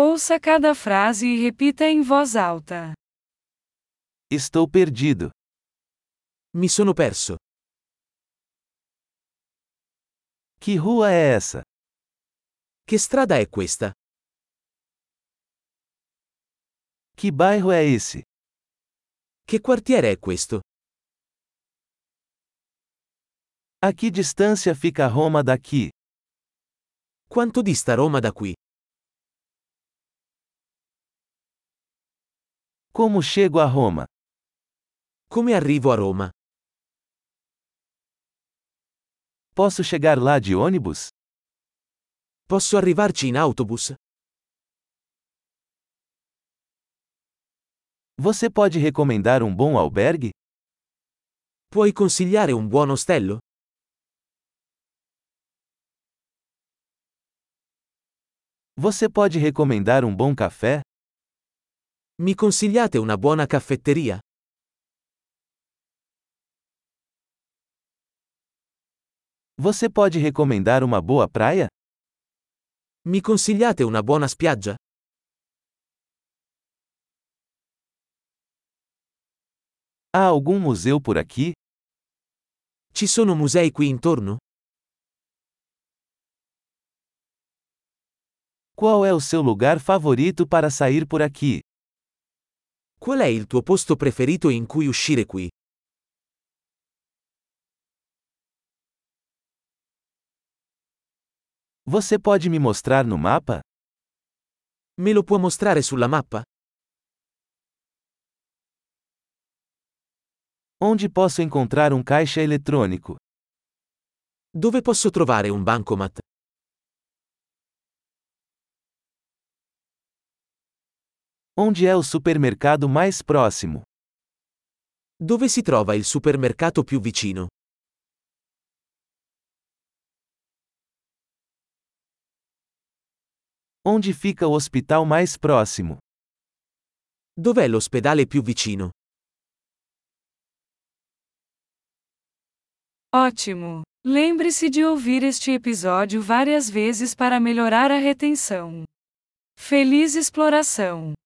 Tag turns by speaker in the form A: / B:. A: Ouça cada frase e repita em voz alta.
B: Estou perdido.
C: Mi sono perso.
B: Que rua é essa?
C: Che strada è questa?
B: Que bairro é esse?
C: Che quartiere è questo?
B: A que distância fica Roma daqui?
C: Quanto dista Roma da qui?
B: Como chego a Roma?
C: Come
B: é
C: arrivo a Roma?
B: Posso chegar lá de ônibus?
C: Posso arrivarci in autobus?
B: Você pode recomendar um bom albergue?
C: Puoi consigliare un buon ostello?
B: Você pode recomendar um bom café?
C: Mi consigliate una buona caffetteria?
B: Você pode recomendar uma boa praia?
C: Mi consigliate una buona spiaggia?
B: Há algum museu por aqui?
C: Ci sono musei qui intorno?
B: Qual é o seu lugar favorito para sair por aqui?
C: Qual è il tuo posto preferito in cui uscire qui?
B: Você pode me mostrar no mapa?
C: Me lo può mostrare sulla mappa?
B: Onde posso encontrar um caixa eletrônico?
C: Dove posso trovare un bancomat?
B: Onde é o supermercado mais próximo?
C: Dove si trova il supermercato più vicino?
B: Onde fica o hospital mais próximo?
C: Dov'è l'ospedale più vicino?
A: Ótimo! Lembre-se de ouvir este episódio várias vezes para melhorar a retenção. Feliz exploração!